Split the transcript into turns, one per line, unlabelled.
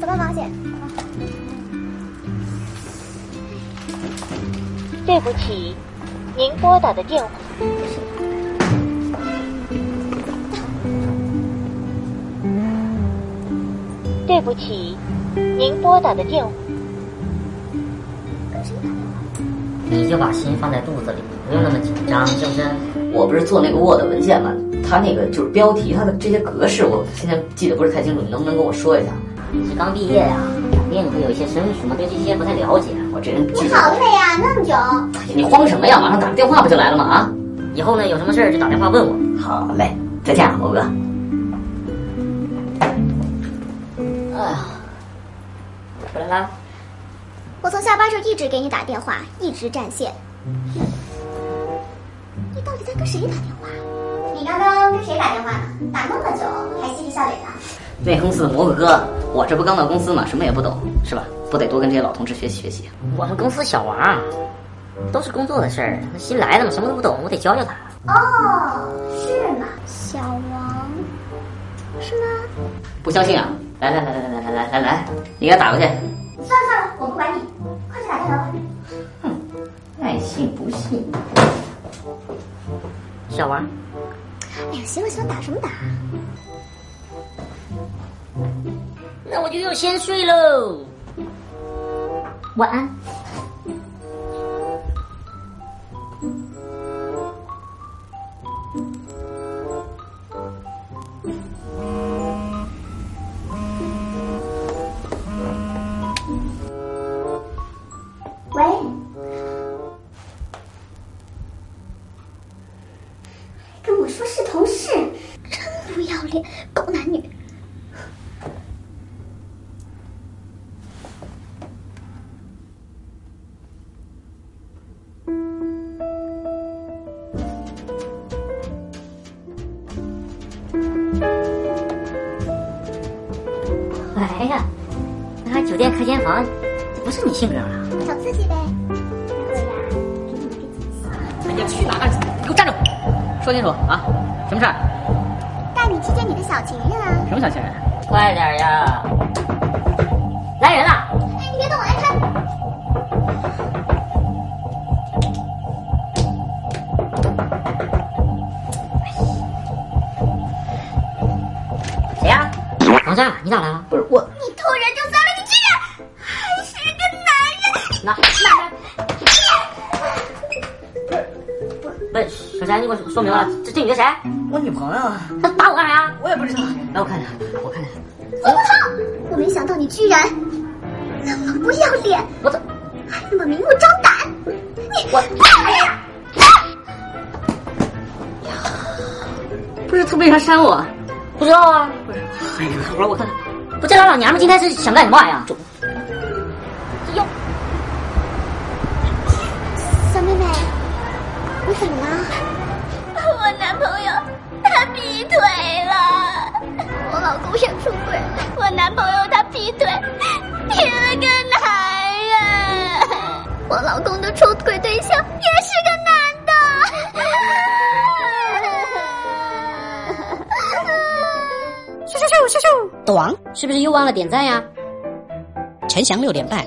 走吧，王姐。
对不起，您拨打的电话。对不起，您拨打的电话。
跟谁打电话？
你就把心放在肚子里，不用那么紧张，是不是？
我不是做那个 Word 文件嘛，它那个就是标题，它的这些格式，我现在记得不是太清楚，你能不能跟我说一下？
你是刚毕业呀、肯定会有一些生疏嘛，对这些不太了解。
我这人记
你
性
好累呀、那么久。
哎呀你慌什么呀？马上打个电话不就来了吗？啊，
以后呢，有什么事儿就打电话问我。
好嘞，再见啊，欧哥。哎
回来啦，
我从下班就一直给你打电话，一直占线。你到底在跟谁打电话？你刚刚跟谁打电话呢？打那么久，还嬉皮笑脸呢？
那公司的蘑菇哥，我这不刚到公司嘛，什么也不懂，是吧？不得多跟这些老同志学习学习。
我们公司小王啊，都是工作的事儿，他新来的嘛，什么都不懂，我得教教他。
哦，是吗？小王，是吗？
不相信啊？来来来来来来来来来，你给他打过去。
算了算了，我不管你，快去打电话。
爱信不信。
小王，
哎呀，行了行了，打什么打？
那我就要先睡喽，晚安。
喂，跟我说是同事，真不要脸，狗男女。
哎呀，那酒店开间房，这不是你性格啊？
找刺激呗。对呀，给你一个惊喜，
你哎去哪儿？你给我站住！说清楚啊！什么事儿？
带你去见你的小情人啊！
什么小情人？
快点呀！来人啦！
哎，你别动，我来看。
谁呀、王炸，你咋来了？
不是我，
你突然就栽了，你这样还是个男人。
那那不是小陈，你给我说明了，这这女的谁？
我女朋友啊，
她打我干啥呀？
我也不知道。来，我看看，我看看。
我靠！我没想到你居然那么不要脸，
我怎
还那么明目张胆。你我
不是他为啥删我？
不知道啊？
哎呀，我说我看看。
不，这俩老娘们今天是想干什么玩意儿？啊这又
小妹妹，你怎么了？
我男朋友他劈腿了，
我老公想出轨了。
我男朋友他劈腿，劈了个男人，
我老公的出轨对象也是个男的。
抖王是不是又忘了点赞呀？陈翔六连败，